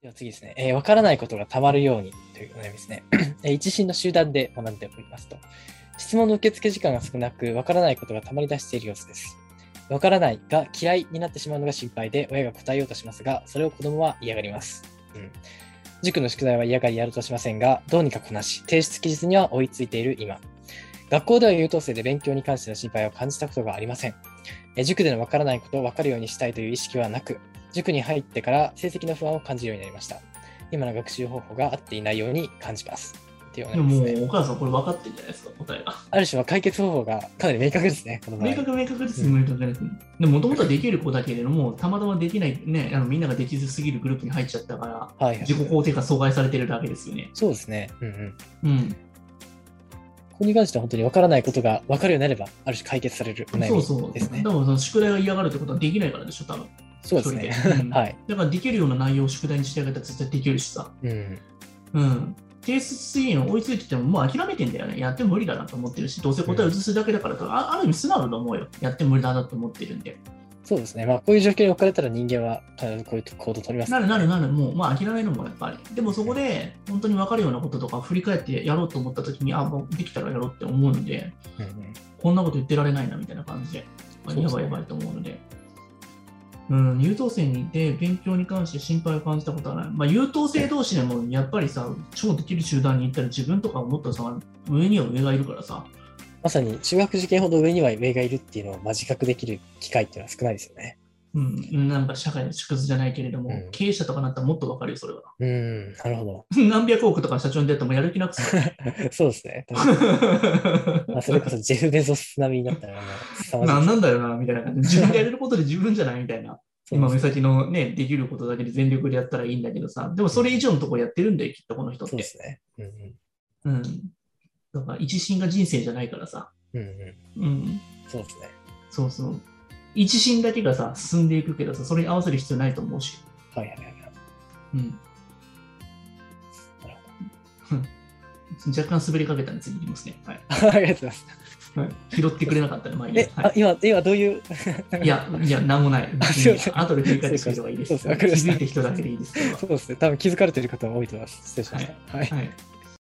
では次ですね。えーわからないことがたまるようにというお悩みですね。 えー一審の集団で学んでおりますと。質問の受付時間が少なく、わからないことがたまり出している様子です。わからないが嫌いになってしまうのが心配で、親が答えようとしますが、それを子供は嫌がります。うん。塾の宿題は嫌がりやるとしませんが、どうにかこなし、提出期日には追いついている今。学校では優等生で勉強に関しての心配を感じたことがありません。えー塾でのわからないことをわかるようにしたいという意識はなく、塾に入ってから成績の不安を感じるようになりました。今の学習方法が合っていないように感じます。っていうおで悩みもですもね。う、お母さん、これ分かってるんじゃないですか、答えが。ある種は解決方法がかなり明確ですね。この場合明確、明確です、明確です。でもともとはできる子だけれども、たまたまできない、ね、あのみんなができずすぎるグループに入っちゃったから、はいはい自己肯定感阻害されてるだけですよね。そうですね。うんうん。うん。ここに関しては本当に分からないことが分かるようになれば、ある種解決されるお悩そうみそう。でですね。もその宿題が嫌がるってことはできないからでしょ、多分。そうですね。一 人でうんはい。だからできるような内容を宿題にしてあげたら絶対できるしさ。うん。うん。提出水準追いついてても、もう諦めてんだよね。やっても無理だなと思ってるし、どうせ答え移すだけだから、あある意味素直だと思うよ。やっても無理だなと思ってるんで。そうですね。まあ、こういう状況に置かれたら人間は必ずこういう行動を取ります、なるなるなる、もう、まあ、諦めるもんやっぱり。でもそこで、本当に分かるようなこととか、振り返ってやろうと思ったときに、あ、もうできたらやろうって思うんで、うんうん。こんなこと言ってられないなみたいな感じで、まそあ、うでやすばねいやばいと思うので。うん、優等生にいて、勉強に関して心配を感じたことはない。まあ、優等生同士でも、やっぱりさ、超できる集団に行ったら、自分とか思ったらさ、上には上がいるからさ、まさに中学受験ほど上には上がいるっていうのをまあ自覚できる機会っていうのは少ないですよね。うん、なんか社会の縮図じゃないけれども、うん経営者とかなったらもっと分かるよ、それは。うん、なるほど。 何百億とか社長に出てもやる気なくさ。そうですね。まあ、それこそジェフ・ベゾス並みになったら、もう凄まじいなんなんだよな、みたい な感じ。自分でやれることで自分じゃないみたいな。そう今で目すね先のね、できることだけで全力でやったらいいんだけどさ、でもそれ以上のとこやってるんだよ、きっとこの人っそうでて。すね。うんうんうん。だから、一心が人生じゃないからさ。うんううん。ん。そうですね。そうそう。一心だけがさ、進んでいくけどさ、それに合わせる必要ないと思うし。はいはいはいはい。うん。 若干滑りかけたんで次いきますね。はい。ありがとうございます。拾ってくれなかったね、前に。え、はあ今、今どういう。い、いや、いや、なんもない。あすいません後で振り返ってくれればいいです。そう気そうわかりましたづいた人だけでいいです。それはそうですね。多分気づかれてる方も多いと思います。失礼しました。はい。はい。